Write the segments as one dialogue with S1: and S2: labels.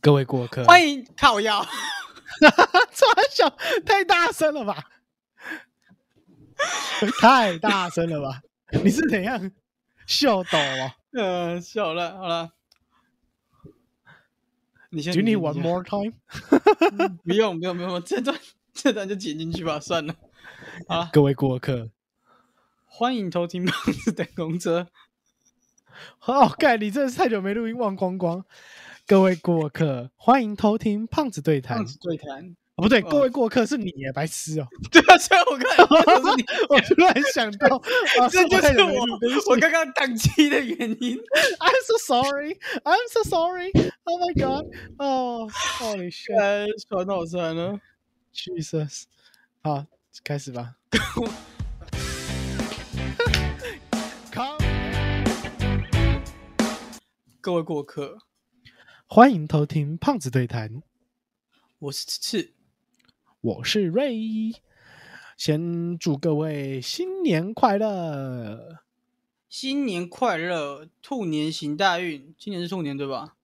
S1: 各位过 客，
S2: 欢迎烤腰。
S1: 川小太大声了吧？ 太大声了吧？你是怎样秀抖哦
S2: 呃，笑了，好了。你先，
S1: ？Do you need one
S2: 先先
S1: more time？
S2: 不用，不用，不用，这段 这段就剪进去吧，算了。
S1: 哎
S2: 好了，
S1: 各位过客，
S2: 欢迎偷听棒子等公车。
S1: 好盖，你真的是太久没录音，忘光光。各位过客，欢迎偷听胖子对谈。
S2: 胖子对谈。
S1: 哦不对，
S2: 哦
S1: 各位过客是你耶，白痴哦！
S2: 对啊，所以我刚才我说你，
S1: 我突然想 到，啊
S2: 这就
S1: 太
S2: 是
S1: 久没
S2: 我
S1: 录对不起
S2: 我刚刚宕机的原因。
S1: I'm so sorry. I'm so sorry. Oh my god. Oh, holy shit.
S2: 呃，传到算了。
S1: Jesus. 好，开始吧。 靠
S2: 各位过客，
S1: 欢迎偷听胖子对谈，
S2: 我是次次，
S1: 我是瑞。先祝各位新年快乐！
S2: 新年快乐，兔年行大运。今年是兔年对吧？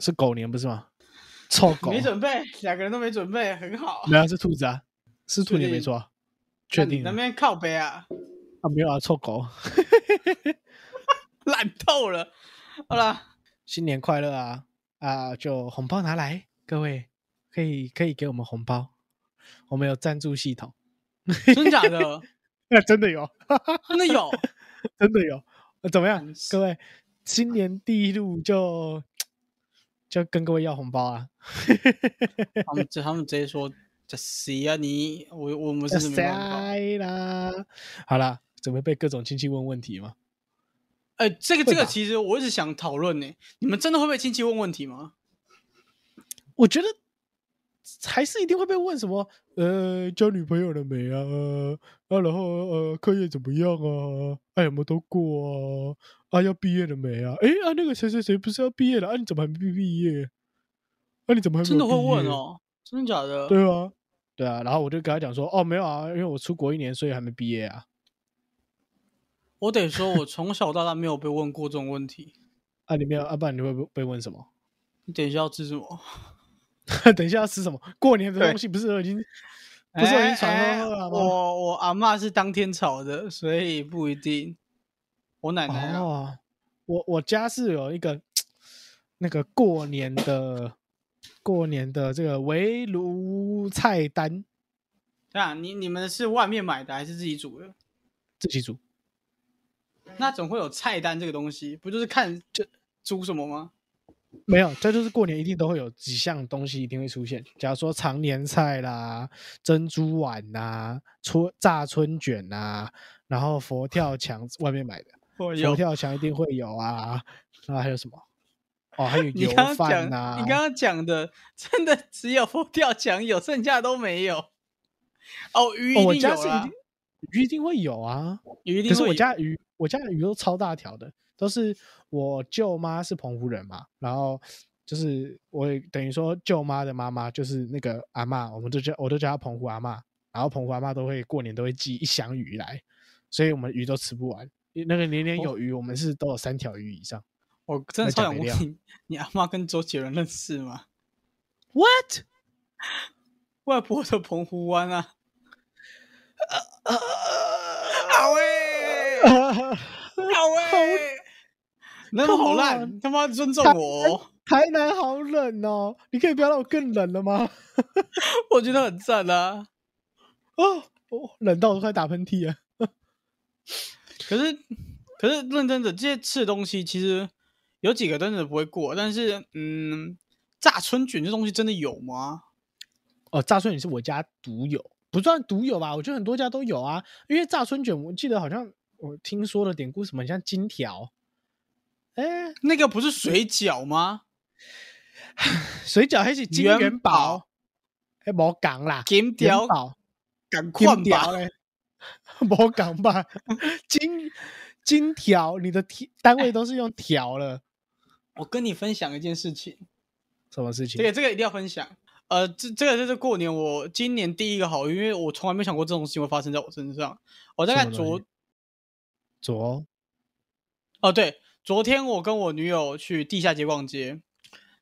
S1: 是狗年不是吗？臭狗，
S2: 没准备，两个人都没准备，很好。
S1: 没有是兔子啊，是兔年
S2: 确定
S1: 没错啊，确定
S2: 那
S1: 啊
S2: 你那边靠北啊，
S1: 啊没有啊，臭狗，
S2: 烂透了。好啦，
S1: 新年快乐啊啊！就红包拿来，各位可以可以给我们红包，我们有赞助系统，
S2: 真假的？
S1: 那、 真的有，
S2: 真的有？
S1: 真的有，呃怎么样
S2: 烦？死
S1: 各位，新年第一路就就跟各位要红包啊！
S2: 他们这他们直接说这谁呀、你？我我们真的没
S1: 塞
S2: 办法。
S1: 啦，好啦，准备被各种亲戚问问题吗？
S2: 哎、这个这
S1: 会
S2: 个
S1: 吧
S2: 其实我一直想讨论呢，你们真的会被亲戚问问题吗？
S1: 我觉得还是一定会被问什么，呃，交女朋友了没啊？呃啊，然后呃，课业怎么样啊？啊，有没有都过啊？啊，要毕业了没啊？诶，啊，那个谁谁谁不是要毕业了？啊，你怎么还没毕业？啊，你怎么还没有
S2: 真的会
S1: 毕业
S2: 问？哦，真的假的？
S1: 对啊，对啊。然后我就跟他讲说，哦，没有啊，因为我出国一年，所以还没毕业啊。
S2: 我得说，我从小到大没有被问过这种问题。
S1: 啊，你没有，啊，不然你会不会被问什么？
S2: 你等一下要吃什么？
S1: 等一下要吃什么？过年的
S2: 对
S1: 东西不是都已经不是都已经传
S2: 哎哎
S1: 喝了吗？
S2: 我我阿嬷是当天炒的，所以不一定。我奶奶啊，
S1: 哦，我我家是有一个那个过年的过年的这个围炉菜单，
S2: 对啊，你你们是外面买的还是自己煮的？
S1: 自己煮。
S2: 那总会有菜单这个东西，不就是看就煮什么吗？
S1: 没有，这就是过年一定都会有几项东西一定会出现，假如说常年菜啦、珍珠碗呐、春炸春卷呐、然后佛跳墙外面 买的，
S2: 我
S1: 佛跳墙一定会有啊，然后还有什么？哦，还有
S2: 你
S1: 油
S2: 刚刚
S1: 饭啊
S2: 讲，
S1: 呐、
S2: 你刚刚讲的真的只有佛跳墙有，剩下都没有。哦，鱼
S1: 哦，我
S2: 一定
S1: 家
S2: 有
S1: 是一
S2: 啦
S1: 定，鱼一定会有啊，
S2: 鱼一定
S1: 可是
S2: 会
S1: 我
S2: 有
S1: 家的鱼，我家的鱼都超大条的，都是我舅妈是澎湖人嘛，然后就是我等于说舅妈的妈妈就是那个阿嬷，我们就叫我都叫她澎湖阿嬷，然后澎湖阿嬷都会过年都会寄一箱鱼来，所以我们鱼都吃不完。那个年年有余，我们是都有三条鱼以上。
S2: 我真的
S1: 在讲
S2: 超想
S1: 没
S2: 问
S1: 料
S2: 你，你阿妈跟周杰伦认识吗？
S1: What？
S2: 外婆的澎湖 湾啊，啊喂，啊喂，那么好
S1: Come
S2: 烂，他妈尊重
S1: 他
S2: 我哦，
S1: 台南好冷哦，你可以不要让我更冷了吗？
S2: 我觉得很赞啊。
S1: 哦，哦冷到我都快打喷嚏了。
S2: 可是，可是认真的，这些吃的东西其实有几个真的不会过，但是，嗯，炸春卷这东西真的有吗？
S1: 哦，炸春卷是我家独有，不算独有吧？我觉得很多家都有啊。因为炸春卷，我记得好像我听说的典故什么，像金条，哎，
S2: 那个不是水饺吗？
S1: 水饺还是金
S2: 元
S1: 元宝，哎，无讲啦，
S2: 金
S1: 元
S2: 条
S1: 宝，
S2: 赶快
S1: 金条
S2: 吧！
S1: 嘞，无讲吧，金金条，你的条单位都是用条了，
S2: 我跟你分享一件事情，
S1: 什么事情
S2: 这？个这个一定要分享。呃，这这个就是过年我今年第一个好运，因为我从来没想过这种事情会发生在我身上。我大
S1: 什
S2: 概
S1: 么东
S2: 昨
S1: 西左
S2: 哦，对，昨天我跟我女友去地下街逛街，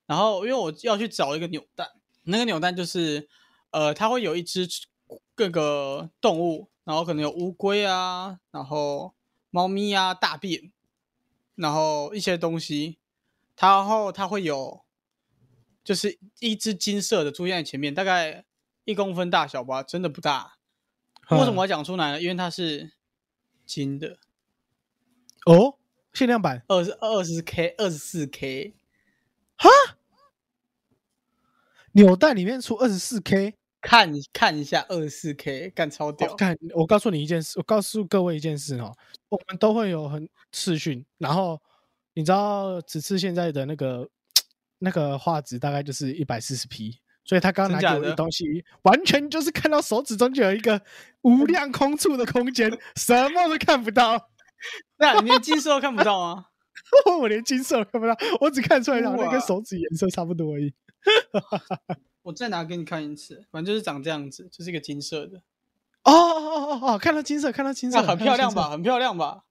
S2: 然后因为我要去找一个扭蛋，那个扭蛋就是呃，它会有一只各个动物，然后可能有乌龟啊，然后猫咪啊、大便，然后一些东西，然后它会有就是一只金色的出现在前面，大概一公分大小吧，真的不大。为
S1: 嗯
S2: 什么我要讲出来呢？因为它是金的，
S1: 哦，限量版
S2: 二十二十 K、二十四 K，
S1: 扭蛋里面出二十四 K，
S2: 看看一下二十四 K，干超屌。
S1: 我看，哦我告诉你一件事，我告诉各位一件事哦，我们都会有很视讯，然后你知道此次现在的那个那个画质大概就是一百四十 P，所以他刚刚拿
S2: 真假
S1: 给我的
S2: 的
S1: 东西，完全就是看到手指中间有一个无量空处的空 间，什么都看不到，
S2: 那啊你连金色都看不到啊吗？
S1: 我连金色都看不到，我只看出来长得
S2: 哇
S1: 跟手指颜色差不多而已。
S2: 我再拿给你看一次，反正就是长这样子，就是一个金色的，
S1: 哦哦哦哦哦，看到金色，看到金色，
S2: 那很漂亮
S1: 看到金色
S2: 吧？很漂亮吧？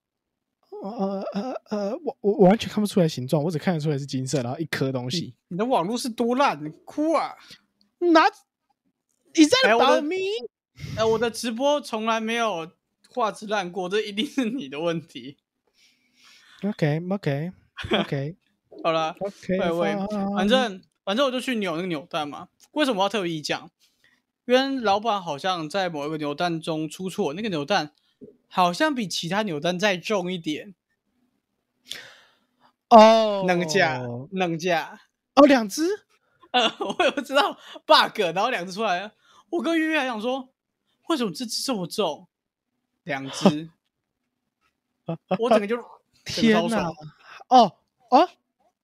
S1: 呃呃呃，我我我完全看不出来形状，我只看得出来是金色，然后一颗东西。
S2: 你的网络是多烂，你哭啊！
S1: 拿，Is that
S2: 哎我
S1: about
S2: 的
S1: me？
S2: 哎、我的直播从来没有画质烂过，这一定是你的问题。
S1: OK OK OK
S2: 好啦，
S1: OK，
S2: 喂喂反
S1: fine
S2: 正反正我就去扭那个扭蛋嘛。为什么我要特意讲？因为老板好像在某一个扭蛋中出错，那个扭蛋好像比其他扭蛋再重一点，
S1: 哦，
S2: 能价能价。
S1: 哦，两只
S2: 呃， 我也不知道 bug，然后两只出来了，我跟月月还想说，为什么这只这么重？两 只，我整个就整个
S1: 天
S2: 超
S1: 哪
S2: 爽！
S1: 哦哦，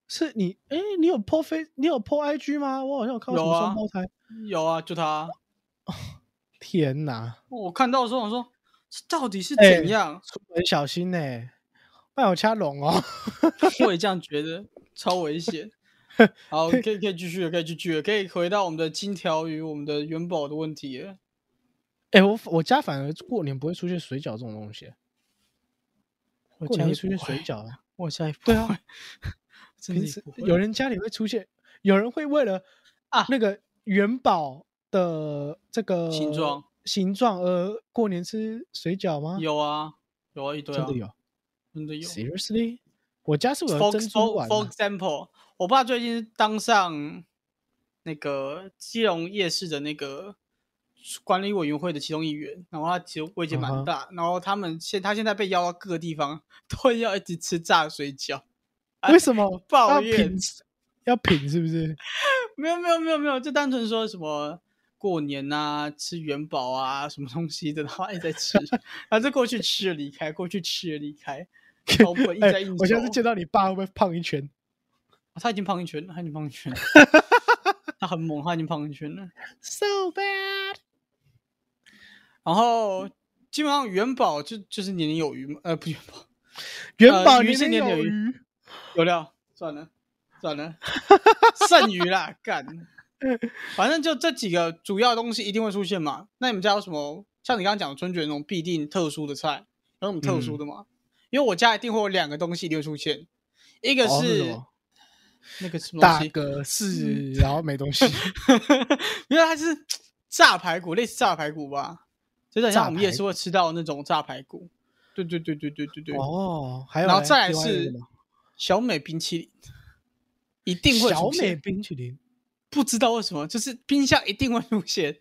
S1: 是你哎，你有 po 飞，你有 po IG 吗？我好像有看到什
S2: 有
S1: 么
S2: 啊
S1: 双胞胎。
S2: 有啊，就他，
S1: 天哪，
S2: 我看到的时候我说，这到底是
S1: 哎
S2: 怎样？
S1: 出门小心呢，不然我掐龙哦。
S2: 我也这样觉得，超危险。好，可以可以继续了，可以继续了，可以回到我们的金条鱼，我们的元宝的问题了。
S1: 哎，我我家反而过年不会出现水饺这种东西，
S2: 我
S1: 过
S2: 家
S1: 年
S2: 也
S1: 会出现
S2: 不
S1: 水
S2: 会，
S1: 饺啊。
S2: 我家也不
S1: 对啊
S2: 会， 真
S1: 平
S2: 的也
S1: 时
S2: 不会
S1: 有人家里会出现，有人会为了
S2: 啊
S1: 那个元宝的这个
S2: 形状
S1: 形状而过年吃水饺吗？、
S2: 有啊，有啊，一堆
S1: 真
S2: 啊
S1: 的，有
S2: 真的有。
S1: ？Seriously，我家是不是有
S2: For
S1: 珍珠
S2: for
S1: 丸、
S2: for
S1: 啊？
S2: example，我爸最近当上那个基隆夜市的那个管理委员会的其中一员，然后他其实位阶
S1: 嗯
S2: 蛮
S1: 哼
S2: 大然后他们现他现在被邀到各个地方， 都要一直吃炸水饺。
S1: 为什么
S2: 抱
S1: 要
S2: 怨
S1: 品？要品是不是？
S2: 没有没有没有没有，就单纯说什么过年啊，吃元宝啊，什么东西的，然后一直在吃，然后就过去吃了离开，过去吃了 离开，老本一直
S1: 哎、
S2: 在应酬。
S1: 我下次见到你爸会不会胖一圈？
S2: 他已经胖一圈了，他已经胖 一圈了，他很猛，他已经胖一圈了。
S1: So bad。
S2: 然后基本上元宝就就是年年有余嘛，呃，不元宝
S1: 元
S2: 呃
S1: 宝
S2: 鱼
S1: 年
S2: 是
S1: 年
S2: 年
S1: 有
S2: 有
S1: 余。
S2: 有料，算了算了，剩余啦，干，反正就这几个主要东西一定会出现嘛。那你们家有什么像你刚刚讲的春卷那种必定特殊的菜，有什么特殊的吗？
S1: 嗯
S2: 因为我家一定会有两个东西一定会出现，一个
S1: 哦是什
S2: 是
S1: 么
S2: 那个什么东
S1: 大
S2: 西，
S1: 哥是，然后没东西。
S2: 因为它是炸排骨，类似炸排骨吧，就是很像我们夜市会吃到的那种炸排骨。对对对对对 对对。
S1: 哦，还有嘞，
S2: 然后再来
S1: 另外一个
S2: 是
S1: 什么
S2: 小美冰淇淋，一定会
S1: 小
S2: 出
S1: 美
S2: 现。
S1: 冰淇淋。
S2: 不知道为什么，就是冰箱一定会出现，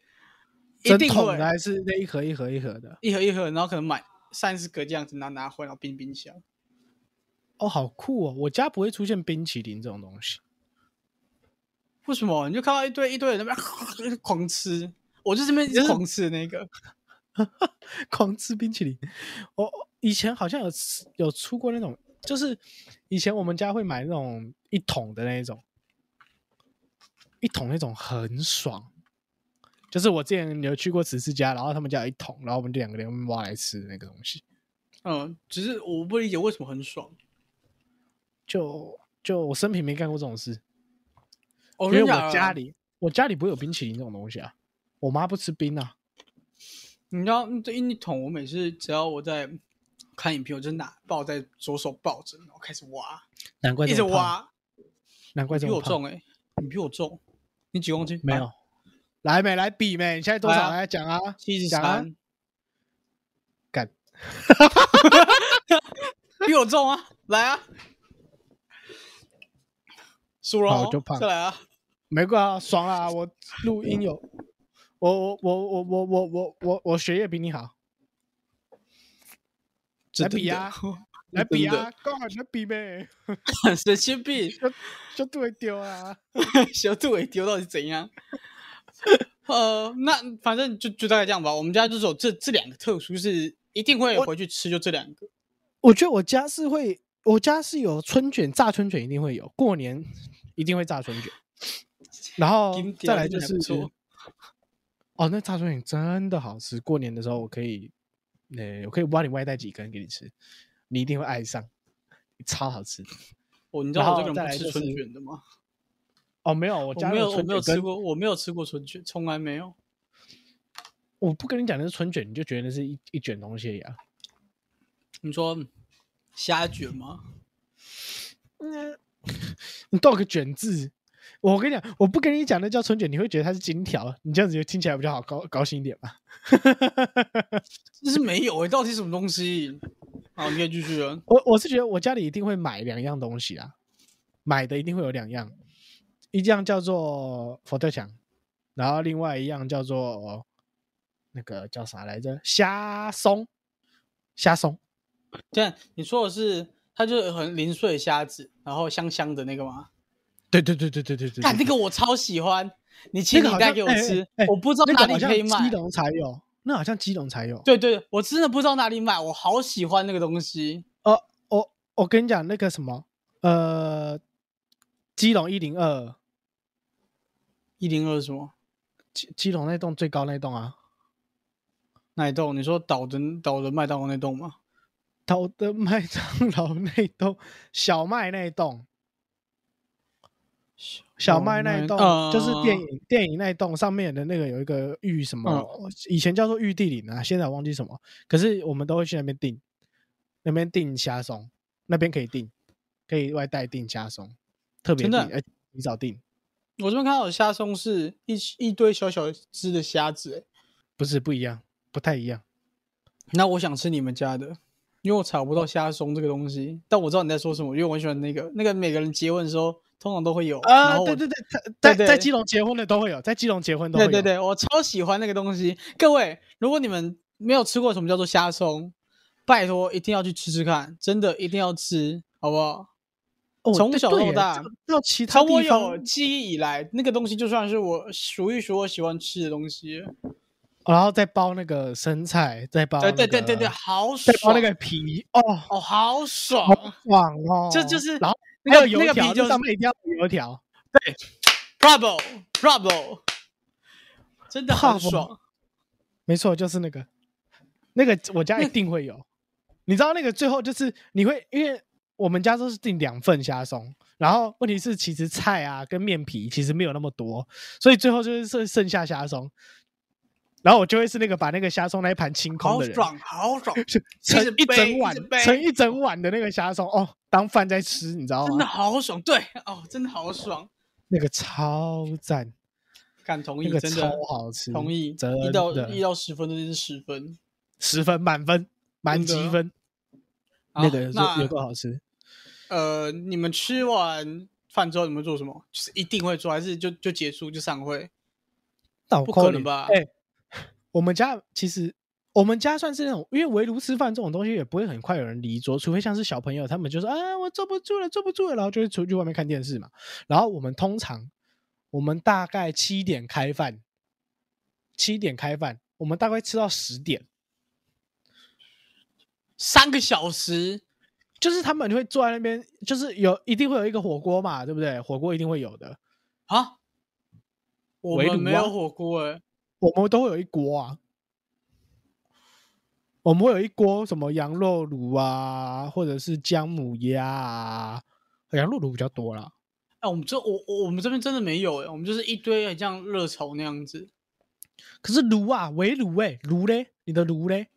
S2: 一
S1: 整
S2: 定
S1: 桶
S2: 会
S1: 的还是那一盒一盒一盒的？
S2: 一盒一盒，然后可能买三十个这样子拿拿回来然后冰冰箱。
S1: 哦，好酷哦！我家不会出现冰淇淋这种东西。
S2: 为什么？你就看到一堆一堆人在那边 狂吃，我就这边一
S1: 就
S2: 直
S1: 是
S2: 狂吃的那个。
S1: 狂吃冰淇淋。我、我以前好像有吃有出过那种，就是以前我们家会买那种一桶的那一种，一桶那种很爽。就是我之前有去过慈氏家，然后他们家有一桶，然后我们就两个人挖来吃的那个东西，
S2: 嗯，只是我不理解为什么很爽。
S1: 就就我生平没干过这种事，
S2: 哦
S1: 因为
S2: 真假
S1: 我
S2: 的
S1: 家里我家里不会有冰淇淋这种东西啊，我妈不吃冰啊。
S2: 你知道嗯这一桶，我每次只要我在看影片，我就拿抱在左手抱着，然后开始挖，
S1: 难怪
S2: 一
S1: 这
S2: 直
S1: 么胖，
S2: 挖，
S1: 难怪这
S2: 比
S1: 么
S2: 我
S1: 胖。
S2: 重哎、你比我重，你几公斤？
S1: 没有，来没来比没？你现在多
S2: 来
S1: 少
S2: 啊
S1: 啊来讲啊？
S2: 七十
S1: 讲啊
S2: 三，
S1: 干，
S2: 比我重啊！来啊，输了
S1: 好
S2: 哦
S1: 就胖
S2: 再来啊！
S1: 没关啊，爽啦！我录音有，我我我我我我我我我学业比你 好，来比啊， 来比啊，刚好来比呗，
S2: 神经病，
S1: 就对丢啊。
S2: 小肚尾丢到底是怎样？呃，那反正就就大概这样吧。我们家就是有这这两个特殊是一定会
S1: 我
S2: 回去吃，就这两个。
S1: 我觉得我家是会，我家是有春卷，炸春卷一定会有，过年一定会炸春卷，然后
S2: 经典
S1: 哦再
S2: 啊
S1: 来
S2: 这
S1: 就
S2: 还
S1: 是
S2: 不错
S1: 哦，那炸春卷真的好吃，过年的时候我可以，呃，我可以帮你外带几根给你吃，你一定会爱上，超好吃。
S2: 哦，你知道我
S1: 然后
S2: 这个
S1: 再
S2: 人
S1: 来
S2: 不
S1: 就
S2: 吃春
S1: 是
S2: 卷的吗？
S1: 哦，没有，我
S2: 我
S1: 家
S2: 没有，我
S1: 春
S2: 没有
S1: 卷跟
S2: 吃，过，我没有吃过春卷，从来没有。
S1: 我不跟你讲那是春卷，你就觉得那是一一卷东西啊 呀、
S2: 你说虾卷吗？嗯
S1: 你倒个卷字。我跟你讲，我不跟你讲那叫春卷，你会觉得它是金条，你这样子就听起来比较好高高兴一点吧。
S2: 这是没有诶、欸到底什么东西？好，你可以继续了。
S1: 我我是觉得我家里一定会买两样东西啦，买的一定会有两样，一样叫做佛跳墙，然后另外一样叫做那个叫啥来着？虾松，虾松，
S2: 但你说的是，它就是很零碎的虾子，然后香香的那个吗？
S1: 对对对对对对对
S2: 干
S1: 对
S2: 那个我超喜欢，你请你
S1: 好像
S2: 带给我
S1: 哎哎
S2: 吃，
S1: 哎
S2: 我不知道
S1: 那
S2: 哪
S1: 个好
S2: 里
S1: 像
S2: 可以买。
S1: 基隆才有，那好像基隆才有。
S2: 对对，我真的不知道哪里买，我好喜欢那个东西。
S1: 哦，我我跟你讲那个什么，呃，基隆一零二，
S2: 一零二什么
S1: 基基隆那栋最高那栋啊，
S2: 那一栋？你说倒的倒的麦当劳那栋吗？
S1: 头的 麦当劳那栋，小麦那栋，小
S2: 哦
S1: 麦那一栋、就是电
S2: 呃
S1: 影电影那一栋上面的那个有一个玉什么，
S2: 嗯
S1: 以前叫做玉帝岭啊，现在我忘记什么，可是我们都会去那边订，那边订虾松，那边可以订，可以外带订虾松，特别
S2: 真的啊
S1: 订哎提早订，
S2: 我这边看到的虾松是一一堆小小只的虾子、欸，
S1: 不是不一样，不太一样。
S2: 那我想吃你们家的，因为我查不到虾松这个东西，但我知道你在说什么，因为我很喜欢那个那个每个人结婚的时候通常都会有然
S1: 啊，
S2: 后我
S1: 对对对，在在
S2: 对对
S1: 在基隆结婚的都会有，在基隆结婚都会
S2: 对
S1: 有。
S2: 对对，我超喜欢那个东西。各位，如果你们没有吃过什么叫做虾松，拜托一定要去吃吃看，真的一定要吃，好不好？
S1: 哦，
S2: 从
S1: 对
S2: 小
S1: 对
S2: 到
S1: 耶
S2: 大
S1: 这个到其他
S2: 从我
S1: 地
S2: 有
S1: 方，
S2: 记忆以来，那个东西就算是我数一数我喜欢吃的东西。
S1: 然后再包那个生菜，再包
S2: 对对
S1: 那
S2: 对对对，
S1: 个
S2: 好
S1: 再
S2: 爽！
S1: 包那个皮哦，
S2: 哦，好爽！
S1: 好爽哦！
S2: 这就是
S1: 然后还
S2: 那个
S1: 有
S2: 那
S1: 油
S2: 个
S1: 条，
S2: 皮就是
S1: 上面一定要有油条。
S2: Bravo Bravo，真的很
S1: Bravo
S2: 爽。
S1: 没错，就是那个，那个我家
S2: 那
S1: 一定会有。你知道那个最后就是你会，因为我们家都是订两份虾松，然后问题是其实菜啊跟面皮其实没有那么多，所以最后就是剩剩下虾松。然后我就会是那个把那个虾松那一盘清空
S2: 好
S1: 的人，
S2: 爽，好爽，
S1: 就
S2: 一
S1: 盛
S2: 直
S1: 一
S2: 背
S1: 整
S2: 一
S1: 碗
S2: 直背
S1: 盛一整碗的那个虾松哦，当饭在吃，你知道
S2: 真的
S1: 吗？
S2: 好爽，对哦，真的好爽，
S1: 那个超赞，
S2: 敢同意，
S1: 那个
S2: 真
S1: 超
S2: 的
S1: 好吃，
S2: 同意，
S1: 真
S2: 一到
S1: 的
S2: 一到十分真的是十分。
S1: 十分满分满
S2: 真的哦
S1: 积分，
S2: 好
S1: 那个有多
S2: 那
S1: 有多好吃？
S2: 呃，你们吃完饭之后你们做什么？就是一定会做，还是就就结束就散会？
S1: 倒
S2: 不
S1: 扣
S2: 可
S1: 脸
S2: 能吧
S1: 哎、我们家其实我们家算是那种，因为围炉吃饭这种东西也不会很快有人离桌，除非像是小朋友，他们就说啊我坐不住了，坐不住了，然后就会出去外面看电视嘛。然后我们通常我们大概七点开饭，七点开饭，我们大概吃到十点，
S2: 三个小时，
S1: 就是他们会坐在那边，就是有一定会有一个火锅嘛，对不对？火锅一定会有的，
S2: 啊，我
S1: 围
S2: 们
S1: 炉
S2: 没
S1: 啊
S2: 有火锅哎、
S1: 我们都会有一锅啊，我们会有一锅什么羊肉炉啊，或者是姜母鸭啊，羊肉炉比较多啦。
S2: 哎、我们这我我我们这边真的没有哎、我们就是一堆很像热潮那样子，
S1: 可是炉啊，围炉哎、炉嘞，你的炉嘞，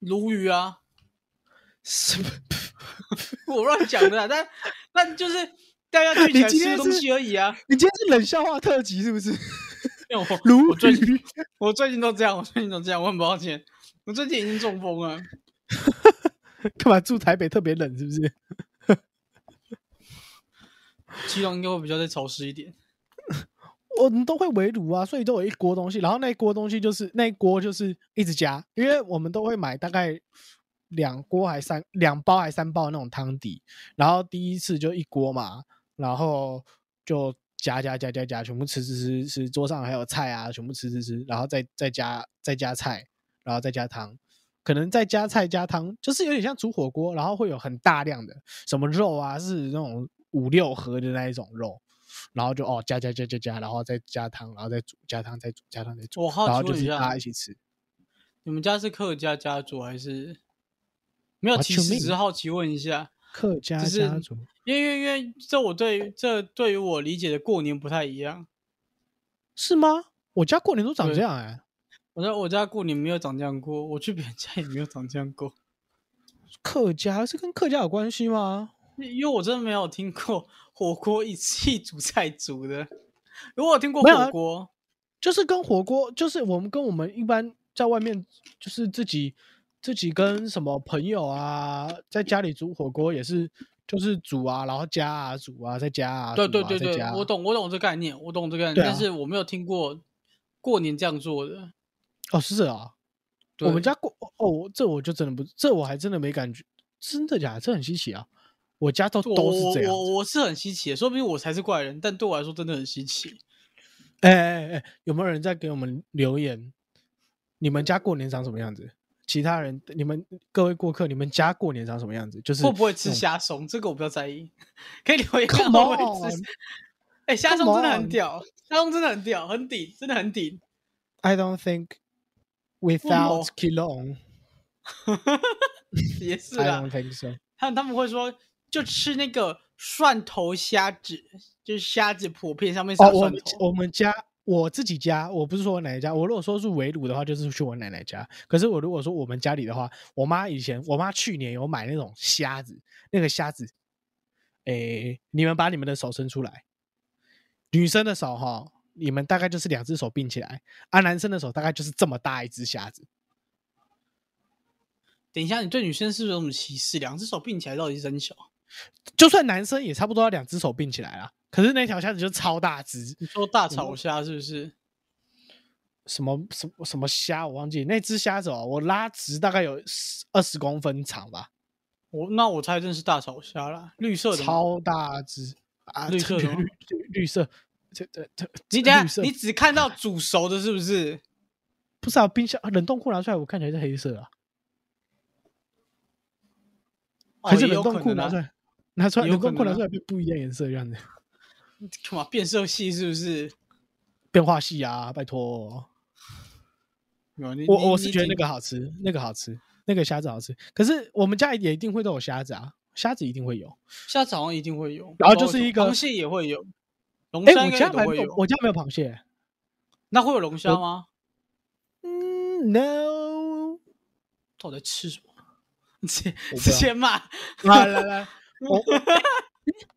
S2: 鲈鱼啊，
S1: 是不
S2: 啊我乱讲的啦，但但就是大家聚起来
S1: 你今
S2: 吃
S1: 天
S2: 东
S1: 是
S2: 西而已啊。
S1: 你今天是冷笑话特辑是不是？
S2: 因为我
S1: 鲈
S2: 我最近
S1: 鱼，
S2: 我最近都这样，我最近都这样，我很抱歉，我最近已经中风了。
S1: 干嘛住台北特别冷是不是？
S2: 基隆应该会比较再潮湿一点。
S1: 我们都会围炉啊，所以都有一锅东西，然后那一锅东西就是那一锅就是一直加，因为我们都会买大概两锅还三两包还三包那种汤底，然后第一次就一锅嘛，然后就加加加加加，全部吃吃吃吃，桌上还有菜啊，全部吃吃吃，然后再再加再加菜，然后再加汤，可能再加菜加汤，就是有点像煮火锅，然后会有很大量的什么肉啊，是那种五六盒的那一种肉。然后就哦加加加加加，然后再加汤，然后再煮，加汤再煮，加汤再煮，
S2: 我好
S1: 然后
S2: 奇
S1: 就
S2: 问
S1: 是
S2: 一
S1: 大家
S2: 下
S1: 一，起吃。
S2: 你们家是客家家族还是没有
S1: What
S2: 其
S1: you
S2: 实只是
S1: mean？
S2: 好奇问一下，
S1: 客家
S2: 是
S1: 家族
S2: 因为因为因为这我对这对于我理解的过年不太一样。
S1: 是吗？我家过年都长
S2: 对
S1: 这样哎、
S2: 我在我家过年没有长这样过，我去别人家也没有长这样过，
S1: 客家是跟客家有关系吗？
S2: 因因为我真的没有听过火锅一 一煮再煮的。如果我听过
S1: 没有啊
S2: 火锅，
S1: 就是跟火锅，就是我们跟我们一般在外面，就是自己自己跟什么朋友啊，在家里煮火锅也是，就是煮啊，然后加啊，煮啊，再加啊，
S2: 对
S1: 煮
S2: 对
S1: 啊
S2: 对
S1: 再
S2: 对
S1: 加，啊
S2: 我懂我懂这概念，我懂这概念，
S1: 对
S2: 但
S1: 啊
S2: 是我没有听过过年这样做的。
S1: 哦，是啊，我
S2: 对
S1: 们家过哦，这我就真的不，这我还真的没感觉，真的假的？这很稀奇啊！我家都
S2: 我
S1: 都是这样
S2: 我
S1: 子。
S2: 我我是很稀奇的，说不定我才是怪人，但对我来说真的很稀奇。
S1: 哎哎哎，有没有人在给我们留言？你们家过年长什么样子？其他人，你们各位过客，你们家过年长什么样子？就是
S2: 会不会吃
S1: 那种
S2: 虾松？这个我比较在意，可以留言看
S1: Come
S2: 会不会吃
S1: on，。
S2: 哎、虾松
S1: come
S2: 真的很
S1: on
S2: 屌，虾松真的很屌，很顶，真的很顶。
S1: I don't think without Kilong,
S2: 也是
S1: I
S2: 啦
S1: don't，think so。
S2: 他们他们会说就吃那个蒜头虾子，就是虾子普遍上面撒
S1: 哦，我
S2: 蒜
S1: 们
S2: 头。
S1: 我们家我自己家，我不是说我奶奶家，我如果说是围炉的话，就是去我奶奶家。可是我如果说我们家里的话，我妈以前，我妈去年有买那种虾子，那个虾子，诶，你们把你们的手伸出来，女生的手哈，你们大概就是两只手并起来，啊，男生的手大概就是这么大一只虾子。
S2: 等一下，你对女生是不是有什么歧视？两只手并起来到底是真小？
S1: 就算男生也差不多要两只手并起来啦，可是那条虾子就超大只，
S2: 你说大
S1: 我
S2: 炒虾是不是？
S1: 什么什么什么虾，我忘记那只虾子哦，我拉直大概有二十公分长吧，
S2: 我那我猜真是大炒虾啦，绿色的嘛。
S1: 超大只啊，
S2: 绿
S1: 这
S2: 色的吗
S1: 绿绿绿色，这这这
S2: 你
S1: 这
S2: 等
S1: 绿
S2: 一下，
S1: 色
S2: 你只看到煮熟的，是不是？
S1: 不是啊，冰箱啊冷冻库拿出来，我看起来是黑色啊，
S2: 哦
S1: 还是
S2: 也有
S1: 冷冻
S2: 可
S1: 库
S2: 能
S1: 拿
S2: 啊
S1: 出来，拿出来
S2: 也有
S1: 冷冻
S2: 可
S1: 库拿
S2: 能啊
S1: 出来变不一样颜色这样子，
S2: 干嘛变色系是不是？
S1: 变化系啊，拜托，
S2: 没有你
S1: 我
S2: 你
S1: 我是
S2: 你
S1: 觉得
S2: 挺
S1: 那个好吃，那个好吃，那个虾子好吃，可是我们家也一定会都有虾子啊，虾子一定会有，
S2: 虾子好像一定会有，
S1: 然后
S2: 不知
S1: 就
S2: 道
S1: 是
S2: 为什么
S1: 一个
S2: 螃蟹也会有，龙
S1: 哎，
S2: 虾
S1: 我
S2: 应该
S1: 家
S2: 也
S1: 没
S2: 都会
S1: 有
S2: 有，
S1: 我家没有螃蟹，
S2: 那会有龙虾
S1: 我
S2: 吗？
S1: 嗯，no。
S2: 到底在吃什么？直
S1: 我不知
S2: 直
S1: 道
S2: 接骂，
S1: 来来来， 我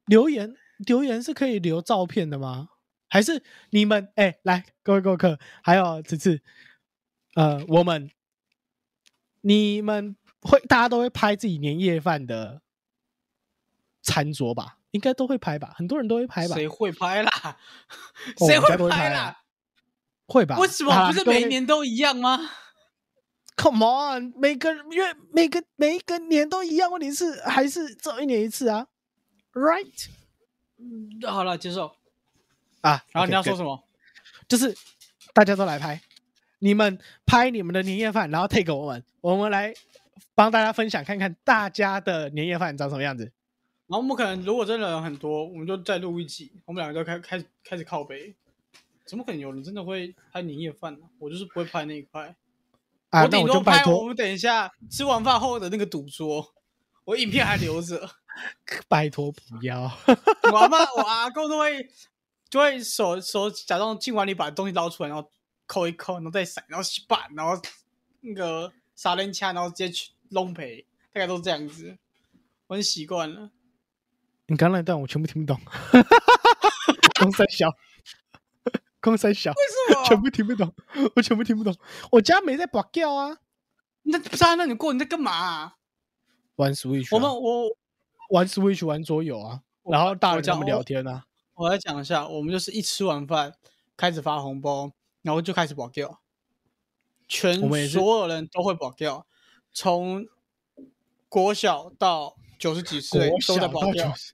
S1: 留言留言是可以留照片的吗？还是你们哎、来各位顾客，还有此次，呃，我们你们会大家都会拍自己年夜饭的餐桌吧？应该都会拍吧，很多人都会拍吧？
S2: 谁会拍啦？
S1: 哦
S2: 谁
S1: 我们家都
S2: 会
S1: 会拍
S2: 啦？
S1: 会吧？啊
S2: 为什
S1: 好啦
S2: 么不是
S1: 各位
S2: 每年都一样吗？
S1: Come on，每个月每个每一个年都一样，问题是还是只有一年一次啊，right？
S2: 嗯好了，接受。
S1: 啊，
S2: 然后你要
S1: OK，good
S2: 说什么？
S1: 就是大家都来拍，你们拍你们的年夜饭，然后 take 我们，我们来帮大家分享看看大家的年夜饭长什么样子。
S2: 然后我们可能如果真的人很多，我们就再录一集，我们两个就开开始开始靠背。怎么可能有人真的会拍年夜饭呢、我就是不会拍那一块。
S1: 啊，
S2: 我
S1: 那
S2: 顶
S1: 我就
S2: 多
S1: 拜
S2: 拍我
S1: 托
S2: 们等一下吃完饭后的那个赌桌，我影片还留着。
S1: 拜托不要，
S2: 我阿妈、我阿公都会就会手手假装进碗里把东西捞出来，然后扣一扣，然后再闪，然后洗把，然后那个撒人掐，然后直接去弄赔，大概都这样子。我很习惯了。
S1: 你刚那段我全部听不懂，公三小，公三小，
S2: 为什
S1: 全？部听不懂，我全部听不懂。我家没在拔掉啊，
S2: 那不是啊？那你过你在干嘛啊、
S1: 玩 Switch，啊
S2: 我们我
S1: 玩 Switch 玩桌游啊，然后大
S2: 我
S1: 人
S2: 讲
S1: 他们
S2: 我
S1: 聊天啊，
S2: 我来讲一下，我们就是一吃完饭开始发红包，然后就开始保掉，全
S1: 我们也是
S2: 所有人都会保掉，从国小到九十几岁
S1: 国
S2: 都
S1: 小
S2: 在
S1: 到
S2: 保掉哦
S1: 九，十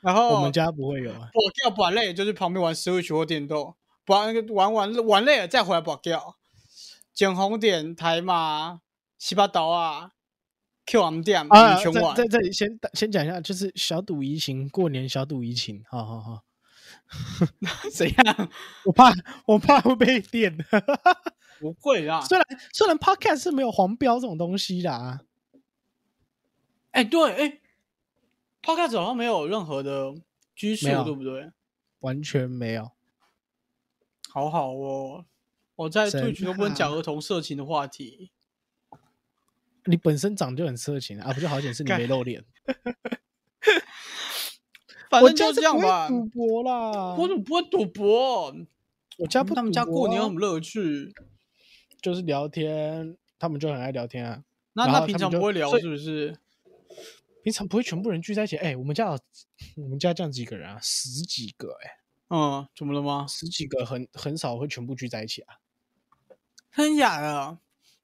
S2: 然后
S1: 我们家不会有啊。
S2: 保掉保累就是旁边玩 Switch 或电动，玩那个玩玩玩累了再回来保掉，捡红点、台马、西巴岛啊、Q M 店、
S1: 啊，
S2: 全玩
S1: 在。在这里先先讲一下，就是小赌怡情，过年小赌怡情，好好好，
S2: 怎样？
S1: 我怕我怕会被电。
S2: 不会啦。
S1: 虽然虽然 Podcast 是没有黄标这种东西的啊，
S2: 哎、对，哎、抛开 p 好像没有任何的拘束
S1: 没，有
S2: 对不对？
S1: 完全没有。
S2: 好好哦，我在
S1: 真
S2: 退群都不能
S1: 好
S2: 讲儿童色情的 话题。
S1: 你本身长就很色情啊，不就好险是你
S2: 干
S1: 没露脸。
S2: 反
S1: 我
S2: 正
S1: 家
S2: 就这样吧。
S1: 是不会赌博啦，
S2: 我怎么不会赌博？
S1: 我家不、啊
S2: 他们家过年有什么乐趣？
S1: 就是聊天，他们就很爱聊天啊。
S2: 那
S1: 然后
S2: 他
S1: 他
S2: 平
S1: 们
S2: 常
S1: 就
S2: 不会聊
S1: 所以
S2: 是不是？
S1: 平常不会全部人聚在一起。哎、我们家有我们家这样几个人啊，十几个哎、
S2: 嗯，怎么 了吗？
S1: 十几个很很少会全部聚在一起啊。
S2: 真假的？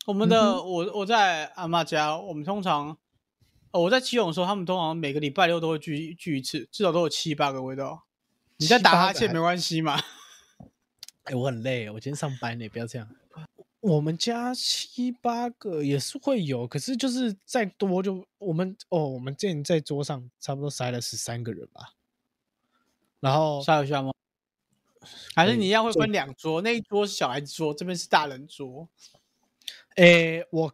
S2: 我们的、
S1: 嗯
S2: 我我在阿妈家，我们通常、呃我在基隆的时候，他们通常每个礼拜六都会聚聚一次，至少都有七八个味道。你在
S1: 七
S2: 打
S1: 八
S2: 哈
S1: 个
S2: 欠
S1: 还
S2: 没关系嘛？
S1: 哎、我很累，我今天上班呢，不要这样。我们家七八个也是会有，可是就是再多就我们哦，我们之前在桌上差不多塞了十三个人吧，然后
S2: 笑一下吗？还是
S1: 哦可以
S2: 你一样会
S1: 最
S2: 分两桌？那一桌是小孩子桌，这边是大人桌。
S1: 诶、我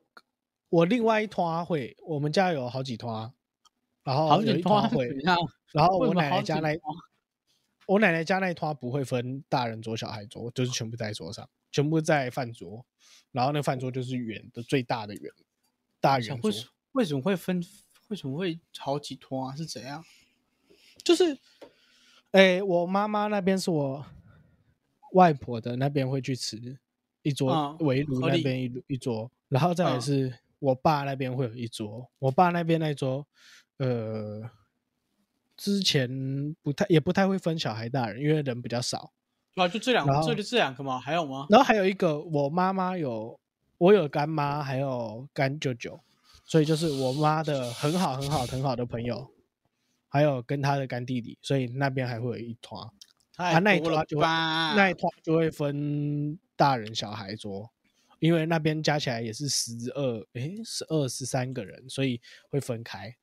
S1: 我另外一团会，我们家有好几团，然后哦有一团 会，
S2: 啊！
S1: 然后
S2: 为什
S1: 我
S2: 么
S1: 奶
S2: 好
S1: 奶
S2: 几
S1: 家那
S2: 团
S1: 我奶奶家那一团不会分大人桌、小孩桌，就是全部在桌上，全部在饭桌，然后那个饭桌就是圆的最大的圆大圆桌
S2: 为，什为什么会分？为什么会好几坨啊？是怎样？
S1: 就是诶、我妈妈那边是我外婆的那边会去吃一桌
S2: 嗯
S1: 围炉
S2: 合
S1: 那
S2: 理
S1: 边一一桌，然后再来
S2: 嗯
S1: 是我爸那边会有一桌，我爸那边那一桌，呃，之前不太也不太会分小孩大人，因为人比较少。
S2: 啊，就这两，
S1: 然
S2: 这
S1: 后
S2: 就这两个嘛，还有吗？
S1: 然后还有一个我妈妈有，我有干妈，还有干舅舅，所以就是我妈的很好很好很好的朋友，还有跟她的干弟弟，所以那边还会有一团。
S2: 太
S1: 啊那一
S2: 多
S1: 坨
S2: 了
S1: 就会
S2: 吧？
S1: 那一套就会分大人小孩桌，因为那边加起来也是十二，诶，十二十三个人，所以会分开。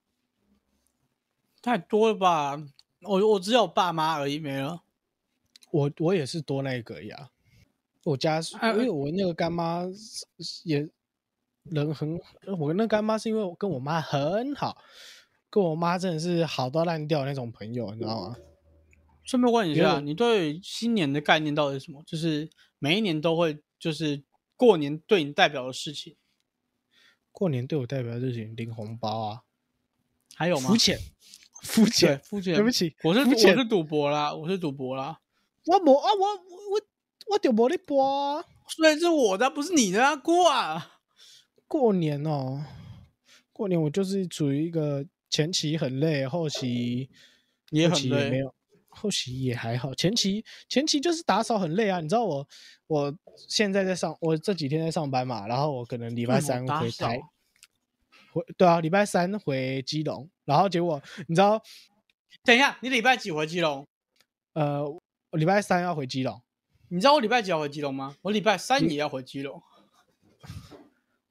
S2: 太多了吧？我我只有爸妈而已，没了。
S1: 我我也是多那一个呀，我家是
S2: 啊
S1: 因为我那个干妈是是也人很，呃我那干妈是因为我跟我妈很好，跟我妈真的是好到烂掉那种朋友，你知道吗？
S2: 顺便问一
S1: 因为
S2: 下，
S1: 我
S2: 你对新年的概念到底是什么？就是每一年都会，就是过年对你代表的事情，
S1: 过年对我代表的事情，领红包啊，
S2: 还有吗
S1: 肤？浅，肤
S2: 对，
S1: 浅，
S2: 肤浅。
S1: 对不，起，
S2: 我是
S1: 肤
S2: 我
S1: 浅
S2: 是赌博啦，我是赌博啦。
S1: 我无啊，我我我我就无咧播啊。
S2: 所以是我的，不是你的啊，过啊！
S1: 过年哦，过年我就是处于一个前期很累，后期
S2: 也
S1: 后
S2: 很
S1: 期
S2: 累
S1: 也没有，后期也还好。前期前期就是打扫很累啊，你知道我我现在在上，我这几天在上班嘛，然后我可能礼拜
S2: 为什
S1: 三
S2: 么打啊
S1: 回
S2: 扫
S1: 台，回对啊，礼拜三回基隆，然后结果你知道，
S2: 等一下，你礼拜几回基隆？
S1: 呃，我礼拜三要回基隆，
S2: 你知道我礼拜几要回基隆吗？我礼拜三也要回基隆。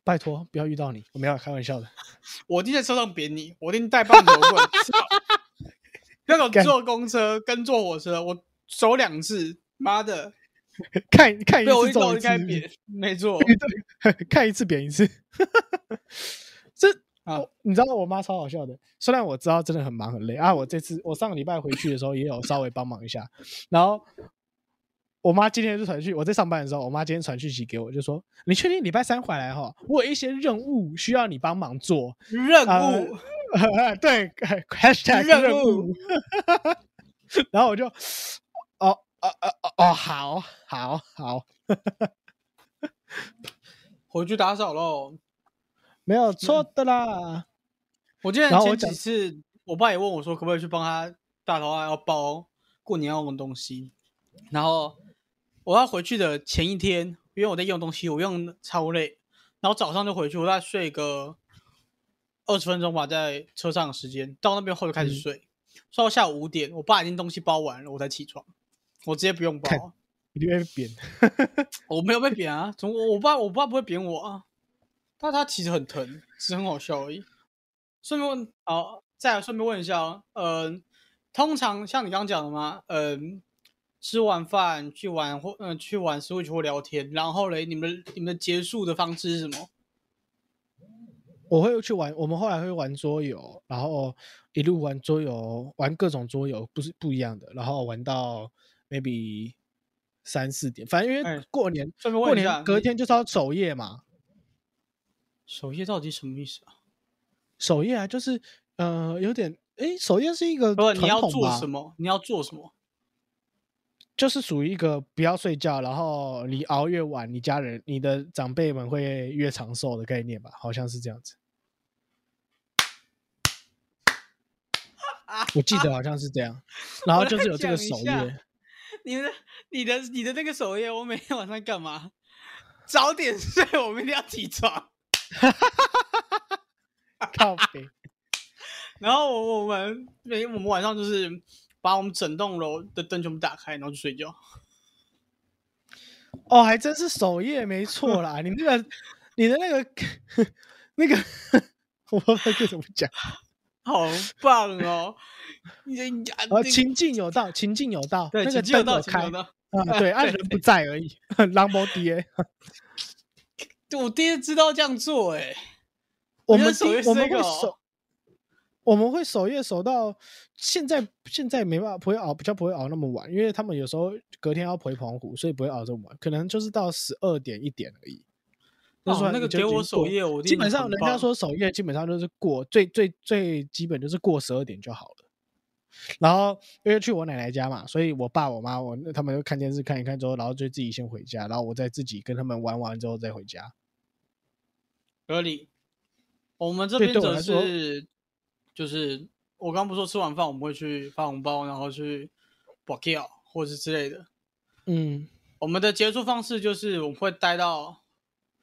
S1: 拜托不要遇到你，我没有开玩笑的。
S2: 我一定在车上扁你，我一定带棒球棍。 操那种
S1: 干
S2: 坐公车跟坐火车，我手两次，妈的，
S1: 看看一
S2: 被我
S1: 次
S2: 一
S1: 中
S2: 刀
S1: 哎一
S2: 就
S1: 次
S2: 该，扁。没错，
S1: 看一次扁一次。这
S2: 啊
S1: 我你知道我妈超好笑的，虽然我知道真的很忙很累啊，我这次我上个礼拜回去的时候也有稍微帮忙一下，然后我妈今天就传讯，我在上班的时候，我妈今天传讯息给我，就说你确定礼拜三回来哈？我有一些任务需要你帮忙做，
S2: 任
S1: 啊
S2: 务
S1: 对 哎，#hashtag
S2: 任
S1: 任
S2: 务
S1: 务，然后我就哦哦哦哦哦，好好好，
S2: 回去打扫喽。
S1: 没有错的
S2: 嗯
S1: 啦。
S2: 我记得
S1: 然后我
S2: 前几
S1: 讲
S2: 次我爸也问我说，可不可以去帮他大头啊要包过年要用的东西，然后我要回去的前一天，因为我在用东西，我用得超累，然后早上就回去，我大概睡个二十分钟吧，在车上的时间，到那边后就开始
S1: 嗯
S2: 睡，睡到下午五点，我爸已经东西包完了，我才起床，我直接不用包
S1: 看
S2: 啊，
S1: 你会被扁，
S2: 我没有被扁啊，从我我爸我爸不会扁我啊，但他其实很疼，只是很好笑而已。顺便问，好，再来顺便问一下哦，嗯、通常像你刚刚讲的嘛，嗯、吃完饭去玩或嗯、去玩 Switch 或聊天，然后嘞，你们你们的结束的方式是什么？
S1: 我会去玩，我们后来会玩桌游，然后一路玩桌游，玩各种桌游，不是不一样的，然后玩到 maybe 三四点，反正因
S2: 哎
S1: 为过年、
S2: 顺便
S1: 过
S2: 问一下，
S1: 年隔
S2: 你
S1: 天就是要守夜嘛，
S2: 首页到底什么意思啊？
S1: 守夜啊，就是呃有点诶，守夜是一个
S2: 不，
S1: 传
S2: 你要
S1: 统
S2: 做
S1: 吧
S2: 什么？你要做什么？
S1: 就是属于一个不要睡觉，然后你熬越晚，你家人、你的长辈们会越长寿的概念吧，好像是这 样子。我记得好像是这样，然后就是有这个首
S2: 我来讲
S1: 页
S2: 一 下， 你的、你的、你的那个首页，我每天晚上干嘛？早点睡，我们一定要起床。
S1: 靠北，
S2: 然后我我们每我们晚上就是把我们整栋楼的灯全部打开，然后就睡觉。
S1: 哦，还真是首页没错啦。你那个、你的那个、那个， 我不知道该怎么 讲。
S2: 好棒哦！你这你啊，
S1: 然后
S2: 这
S1: 情境有道，情境有道，
S2: 对，
S1: 那个
S2: 请进
S1: 灯
S2: 入到
S1: 有
S2: 请进
S1: 开
S2: 入到。
S1: 啊，对，啊人不在而已。 狼博爹，
S2: 对我第一次知道这样做、欸，哎，
S1: 我
S2: 觉得
S1: 们
S2: 首
S1: 第
S2: 页
S1: 我
S2: 是
S1: 们
S2: 这
S1: 会
S2: 个哦
S1: 守，我们会守夜守到现在，现在没办法不会熬，比较不会熬那么晚，因为他们有时候隔天要回澎湖，所以不会熬这么晚，可能就是到十二点一点而已。就
S2: 哦
S1: 算，
S2: 那个
S1: 你就
S2: 给
S1: 已经
S2: 我首
S1: 过
S2: 页，我一
S1: 基
S2: 定
S1: 本上
S2: 很
S1: 人
S2: 棒
S1: 家说守夜基本上就是过最最最基本就是过十二点就好了。然后因为去我奶奶家嘛，所以我爸、我妈、我他们就看电视看一看之后，然后就自己先回家，然后我再自己跟他们玩完之后再回家。
S2: 合理。我们这
S1: 对
S2: 边
S1: 对我
S2: 则
S1: 来说
S2: 是，就是我刚不是说吃完饭我们会去发红包，然后去保票或者是之类的。
S1: 嗯，
S2: 我们的结束方式就是我们会待到，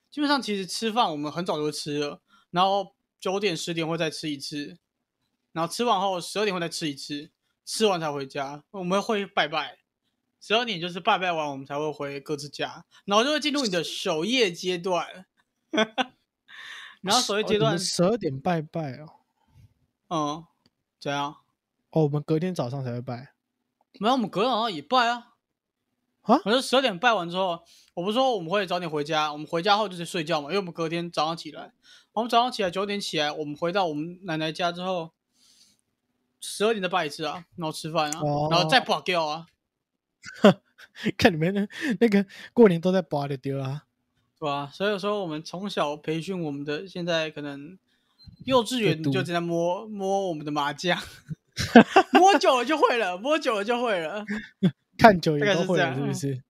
S2: 基本上其实吃饭我们很早就吃了，然后九点十点会再吃一次，然后吃完后十二点会再吃一次，吃完才回家。我们会拜拜，十二点就是拜拜完我们才会回各自家，然后就会进入你的守夜阶段。 然后守夜阶段，
S1: 哦十二点拜拜哦，
S2: 嗯，怎样？
S1: 哦，我们隔天早上才会拜。
S2: 没有，我们隔天晚上也拜啊。
S1: 啊
S2: 我就十二点拜完之后，我不是说我们会早点回家，我们回家后就是睡觉嘛，因为我们隔天早上起来，我们早上起来九点起来，我们回到我们奶奶家之后，十二点再拜一次啊，然后吃饭啊，
S1: 哦
S2: 然后再保掉啊，
S1: 看你们那那个过年都在扒的丢啊，
S2: 对吧、所以说我们从小培训我们的，现在可能幼稚园
S1: 毒
S2: 就正在摸摸我们的麻 将，摸久了就会了，摸久了就会了。
S1: 看久
S2: 大概
S1: 也都
S2: 是
S1: 会
S2: 这
S1: 了，
S2: 样
S1: 是不
S2: 嗯
S1: 是？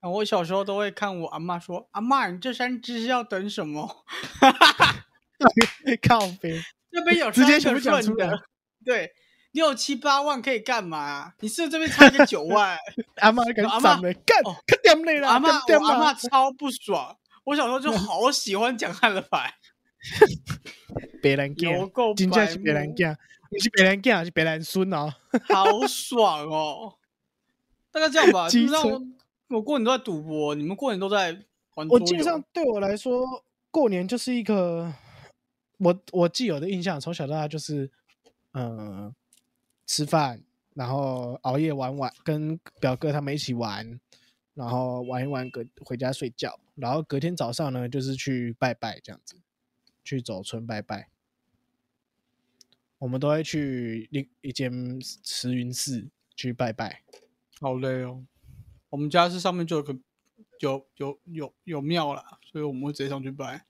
S2: 啊我小时候都会看我阿妈说：“阿妈，你这三只是要等什么？嗯
S1: 靠背，
S2: 这边有
S1: 直接
S2: 三
S1: 全
S2: 个
S1: 部讲
S2: 顺
S1: 出来
S2: 的， 对，六七八万可以干嘛、你是不是这边差一个九 万？
S1: 阿妈敢
S2: 阿嬷
S1: 长的干，
S2: 哦
S1: 可点累了，
S2: 阿妈，
S1: 点
S2: 我阿妈超不爽。我小时候
S1: 嗯
S2: 就好喜欢讲汉 的牌，
S1: 别人
S2: 有
S1: 干，
S2: 够
S1: 真
S2: 白
S1: 正是别人
S2: 目
S1: 干，不是别人干，是别人孙哦。
S2: 好 爽哦！大概这样吧，基
S1: 机
S2: 本上
S1: 车
S2: 我我过年都在赌博，你们过年都在玩桌
S1: 我
S2: 游。
S1: 基本上对我来说，过年就是一个我我既有的印象，从小到大就是，呃，吃饭，然后熬夜玩玩，跟表哥他们一起玩，然后玩一玩，隔回家睡觉，然后隔天早上呢，就是去拜拜这样子，去走村拜拜。我们都会去另一间慈云寺去拜拜，
S2: 好累哦。我们家是上面就有个有有有有庙啦，所以我们会直接上去拜。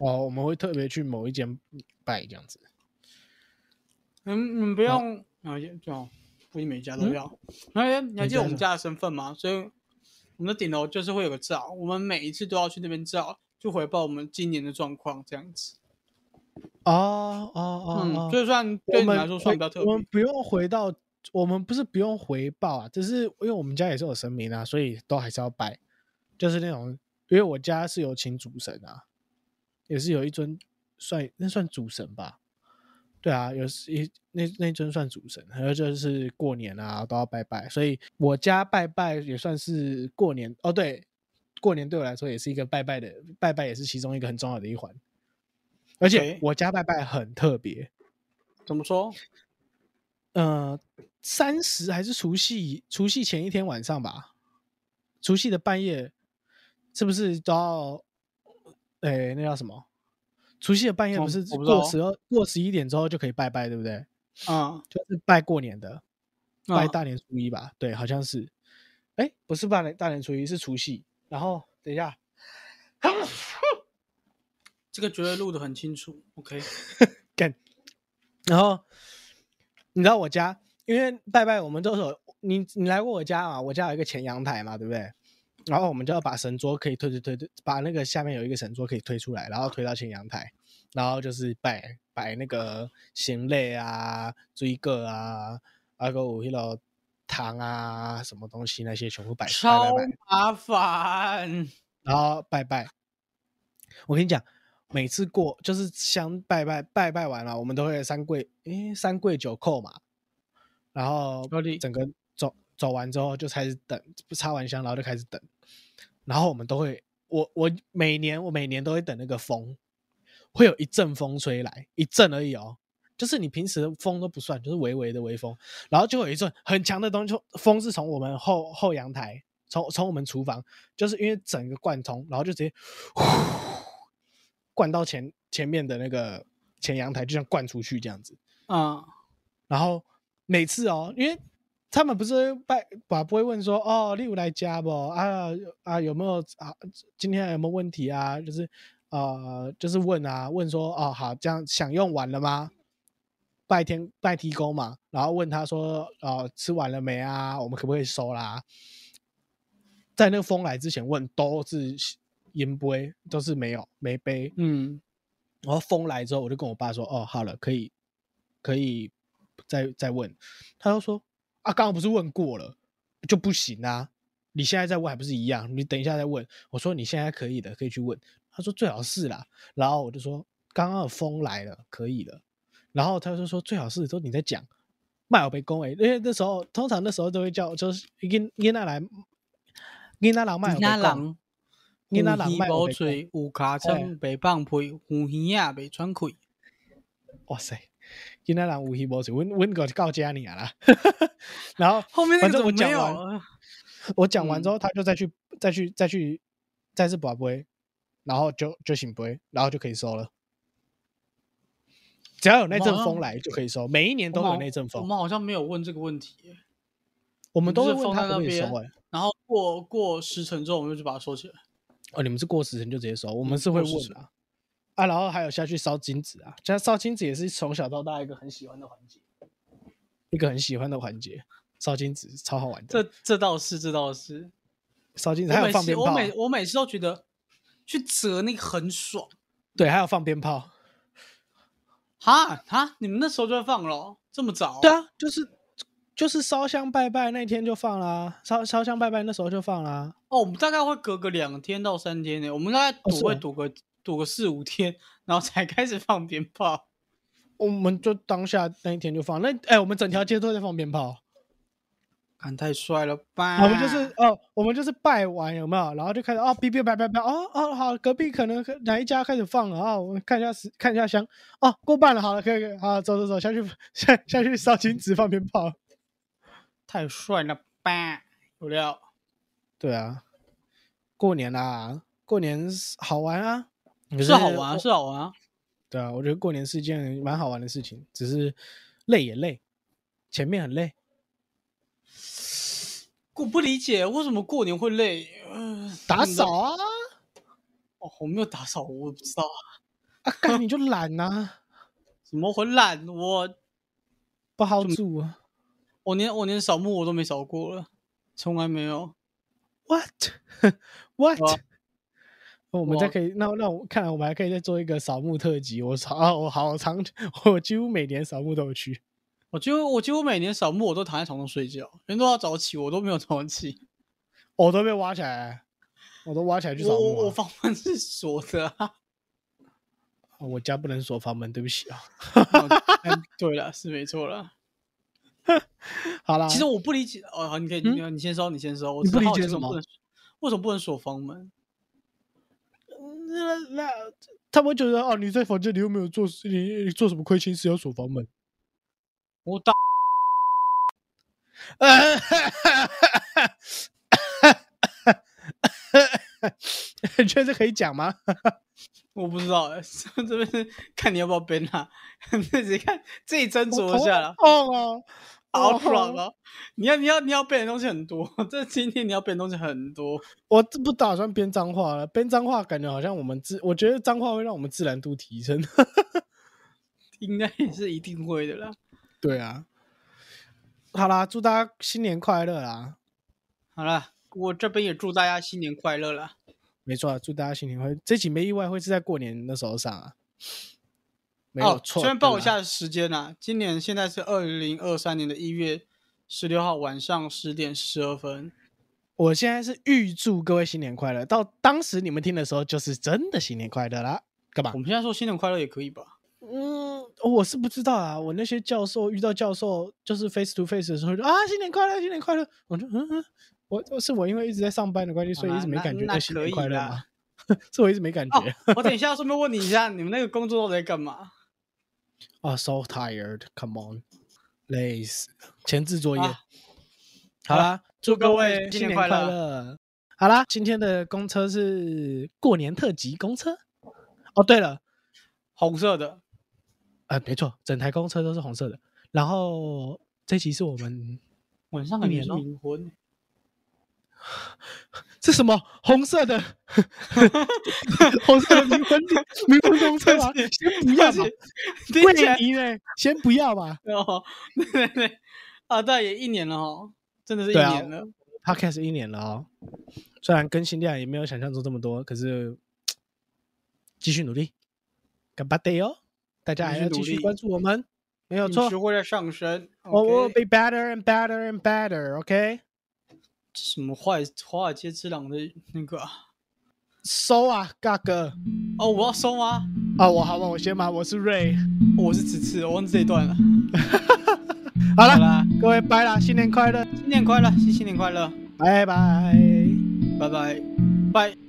S1: 哦，我们会特别去某一间拜这样子。
S2: 嗯，你们不用啊，也就好不一定每家
S1: 嗯
S2: 都要。而且你还记得我们家的身份吗？所以我们的顶楼就是会有个照，我们每一次都要去那边照，就回报我们今年的状况这样子。
S1: 哦哦哦，
S2: 嗯，
S1: 哦
S2: 就算对
S1: 我
S2: 你
S1: 们
S2: 们来说算比较
S1: 回
S2: 特
S1: 我们
S2: 别，
S1: 不用回到，我们不是不用回报啊，只是因为我们家也是有神明啊，所以都还是要拜，就是那种，因为我家是有请主神啊，也是有一尊算那算主神吧，对啊，有是一那那尊算主神，还有就是过年啊都要拜拜，所以我家拜拜也算是过年哦，对，过年对我来说也是一个拜拜的，拜拜也是其中一个很重要的一环。而且
S2: OK
S1: 我家拜拜很特别，
S2: 怎么说？
S1: 呃，三十还是除夕？除夕前一天晚上吧，除夕的半夜，是不是都要？哎，那叫什么？除夕的半夜
S2: 哦我
S1: 不是
S2: 我不知道
S1: 过十二、过十一点之后就可以拜拜，对不对？
S2: 嗯，
S1: 就是拜过年的，
S2: 嗯
S1: 拜大年初一吧？对，好像是。哎，不是拜大年初一，是除夕。然后等一下，
S2: 这个绝对录得很清楚。OK，
S1: 干。然后你知道我家，因为拜拜我们都是有你你来过我家啊嘛，我家有一个前阳台嘛，对不对？然后我们就要把神桌可以推推推推，把那个下面有一个神桌可以推出来，然后推到前阳台，然后就是摆摆那个行类啊、追个啊、阿个五一楼糖啊、什么东西那些全部摆摆摆
S2: 超
S1: 摆
S2: 麻烦。
S1: 然后拜拜。我跟你讲，每次过就是香拜拜拜拜完了，我们都会三跪，诶，三跪九叩嘛。然后
S2: 合理
S1: 整个走走完之后就开始等，插完香然后就开始等。然后我们都会，我我每年我每年都会等那个风，会有一阵风吹来，一阵而已哦。就是你平时的风都不算，就是微微的微风，然后就有一阵很强的东西，风是从我们后后阳台，从从我们厨房就是因为整个贯通，然后就直接呼灌到前前面的那个前阳台，就像灌出去这样子。
S2: 嗯，
S1: 然后每次哦，因为他们不是会拜把不会问说哦，例如来家不啊啊有没有啊今天有没有问题啊？就是呃就是问啊问说哦好这样享用完了吗？拜天拜提公嘛，然后问他说呃吃完了没啊？我们可不可以收啦？在那个风来之前问都是银杯，都是没有没杯，
S2: 嗯，
S1: 然后风来之后，我就跟我爸说：“哦，好了，可以，可以再再问。”他就说：“啊，刚刚不是问过了，就不行啊！你现在再问还不是一样？你等一下再问。”我说：“你现在可以的，可以去问。”他说：“最好是啦。”然后我就说：“刚刚的风来了，可以了。”然后他就说：“最好是都你在讲，麦尔被恭维，因为那时候通常那时候都会叫，就是跟跟那来，跟那郎麦尔
S2: 你
S1: 被
S2: 那
S1: 讲，
S2: 人，
S1: 你那
S2: 人
S1: 人
S2: 耳
S1: 卖
S2: 无
S1: 有被
S2: 嘴，有
S1: 哎
S2: 尻川，袂放屁，有耳啊袂喘气。
S1: 哇塞，今天人无希无水，温温哥告家你啊啦。 然后
S2: 后面那
S1: 反
S2: 个
S1: 正
S2: 怎么
S1: 我
S2: 没
S1: 讲
S2: 有
S1: 完，
S2: 啊？
S1: 我讲
S2: 嗯
S1: 完之后，他就再去再去再去再次把杯，然后就就醒杯，然后就可以收了。只要有那阵风来就可以收，每一年都会有那阵
S2: 啊我
S1: 风，
S2: 们好像没有问这个问题耶。
S1: 我们都会问
S2: 风在
S1: 他可不可以
S2: 那边
S1: 收、欸。
S2: 然后过过时辰之后，我们就去把它收起来。
S1: 哦，你们是过时辰就直接收，我
S2: 嗯
S1: 们是会
S2: 过时
S1: 问
S2: 辰
S1: 啊啊，然后还有下去烧金纸啊，像烧金纸也是从小到大一个很喜欢的环节，
S2: 嗯
S1: 一个很喜欢的环节，烧金纸超好玩的。
S2: 这这倒是，这倒是。
S1: 烧金
S2: 我
S1: 纸还有
S2: 每
S1: 放
S2: 次
S1: 鞭
S2: 我
S1: 炮啊，
S2: 每我每次都觉得去折那个很爽。
S1: 对，还有放鞭炮。
S2: 哈哈，你们那时候就会放了哦，这么早？
S1: 对，啊，就是就是烧香拜拜那天就放啦，烧烧香拜拜那时候就放啦。
S2: 哦，我们大概会隔个两天到三天呢，我们大概
S1: 哦
S2: 躲
S1: 是
S2: 会
S1: 吗
S2: 躲个躲个四五天，然后才开始放鞭炮。
S1: 我们就当下那一天就放，那哎、我们整条街都在放鞭炮。
S2: 看太帅了吧！
S1: 我们就是哦，我们就是拜完有没有？然后就开始哦，哔哔拜拜拜，哦哦好，隔壁可能哪一家开始放了啊、哦？我们看一下时看一下香，哦过半了，好了，可以可以，好走走走下去下下去烧金纸放鞭炮。
S2: 太帅了吧！有料，
S1: 对啊，过年啦，过年是好玩啊，可
S2: 是好玩
S1: 我
S2: 啊，是好玩啊。
S1: 对啊，我觉得过年是一件蛮好玩的事情，只是累也累，前面很累，
S2: 我不理解为什么过年会累，呃
S1: 打扫啊，
S2: 哦，我没有打扫，我不知道
S1: 啊，干你就懒呐、
S2: 怎么会烂。我
S1: 不好煮啊
S2: 我连我连扫墓我都没扫过了，从来没有。
S1: ？What what？哦
S2: 哇
S1: 那我们
S2: 哇
S1: 再可以，那那我看来我们还可以再做一个扫墓特辑。我扫啊，我好常，我几乎每年扫墓都有去。
S2: 我几乎我几乎每年扫墓我都躺在床上睡觉，人都要早起，我都没有早起。
S1: 我都被挖起来，我都挖起来去扫
S2: 我
S1: 墓、
S2: 我
S1: 啊
S2: 我房门是锁的啊。
S1: 哦我家不能锁房门，对不起啊。
S2: 嗯对了，是没错 了。
S1: 好啦，
S2: 其实我不理解哦，好，你可以，你你先说，你先说。我
S1: 啊嗯你
S2: 只
S1: 不
S2: 是
S1: 理
S2: 好奇
S1: 解
S2: 为
S1: 什
S2: 么不
S1: 么
S2: 能？为什么不能锁房门？
S1: 那那他们会觉得哦，你在房间里又没有做事，你你做什么亏心事要锁房门？
S2: 我打
S1: 呃 你确实可以讲吗？
S2: 我不知道哎、这 这边是看你要不要编啊， 自己看自己斟
S1: 我
S2: 酌一下啦。
S1: 头好痛哦，
S2: 好
S1: 我
S2: 爽哦！你要你要你要背的东西很多， 这今天你要背的东西很多。
S1: 我这不打算编脏话了，编脏话感觉好像我们自，我觉得脏话会让我们自然度提升。
S2: 应该也是一定会的啦。
S1: 对啊，好啦，祝大家新年快乐啦！
S2: 好啦，我这边也祝大家新年快乐啦。
S1: 没错，啊祝大家新年快乐。这集没意外会是在过年那时候上啊，没有错。
S2: 哦、虽然报
S1: 对啊
S2: 一
S1: 啦，
S2: 下时间啦、今年现在是二零二三年的一月十六号晚上十点十二分。
S1: 我现在是预祝各位新年快乐，到当时你们听的时候就是真的新年快乐啦。干嘛
S2: 我？们现在说新年快乐也可以吧？
S1: 嗯，我是不知道啊。我那些教授遇到教授就是 face to face 的时候就啊，新年快乐，新年快乐。我就嗯嗯，我是我因为一直在上班的关系，所以一直没
S2: 那
S1: 感觉
S2: 那
S1: 到新年
S2: 可以
S1: 快乐
S2: 啦
S1: 嘛。 是我一直没感觉
S2: 哦。，我等一下顺便问你一下，你们那个工作都在干嘛？哦
S1: 啊、s o tired，come on，累死了，前置作业。
S2: 啊
S1: 好啦，祝各
S2: 祝各
S1: 位
S2: 位
S1: 新
S2: 新年
S1: 快
S2: 快乐
S1: 乐！好啦，今天的公车是过年特辑公车。哦，对了，
S2: 红色的，
S1: 呃，没错，整台公车都是红色的。然后这期是我们
S2: 晚上感觉
S1: 一
S2: 是
S1: 年哦
S2: 冥婚。
S1: 这什么红色 的红色的冥婚冥婚公 车吗？
S2: 对不起
S1: 先不要吧，
S2: 对不起
S1: 桂林呢？先不要吧
S2: 哦，对对对，啊，对，也一年了哈，真的是一
S1: 对啊
S2: 年了。
S1: ，Podcast 一年了哦，虽然更新量也没有想象中这么多，可是继续努力，干巴得哦！大家还要继
S2: 继续努
S1: 续
S2: 力
S1: 关注我们，没有
S2: 你
S1: 错
S2: 学。会在上升。
S1: 我我
S2: OK
S1: be better and better and better. OK，
S2: 什么华尔华尔街之狼的那个啊？
S1: 收啊，嘎哥
S2: 哦，我要收吗？
S1: 啊！我好吧，我先吧，我是 Ray。
S2: 哦我是此次，我忘记这一段了。
S1: 好
S2: 好
S1: 了，
S2: 啦，
S1: 各位拜啦，新年快乐，
S2: 新年快乐，新新年快乐，
S1: 拜拜。
S2: 拜拜，拜。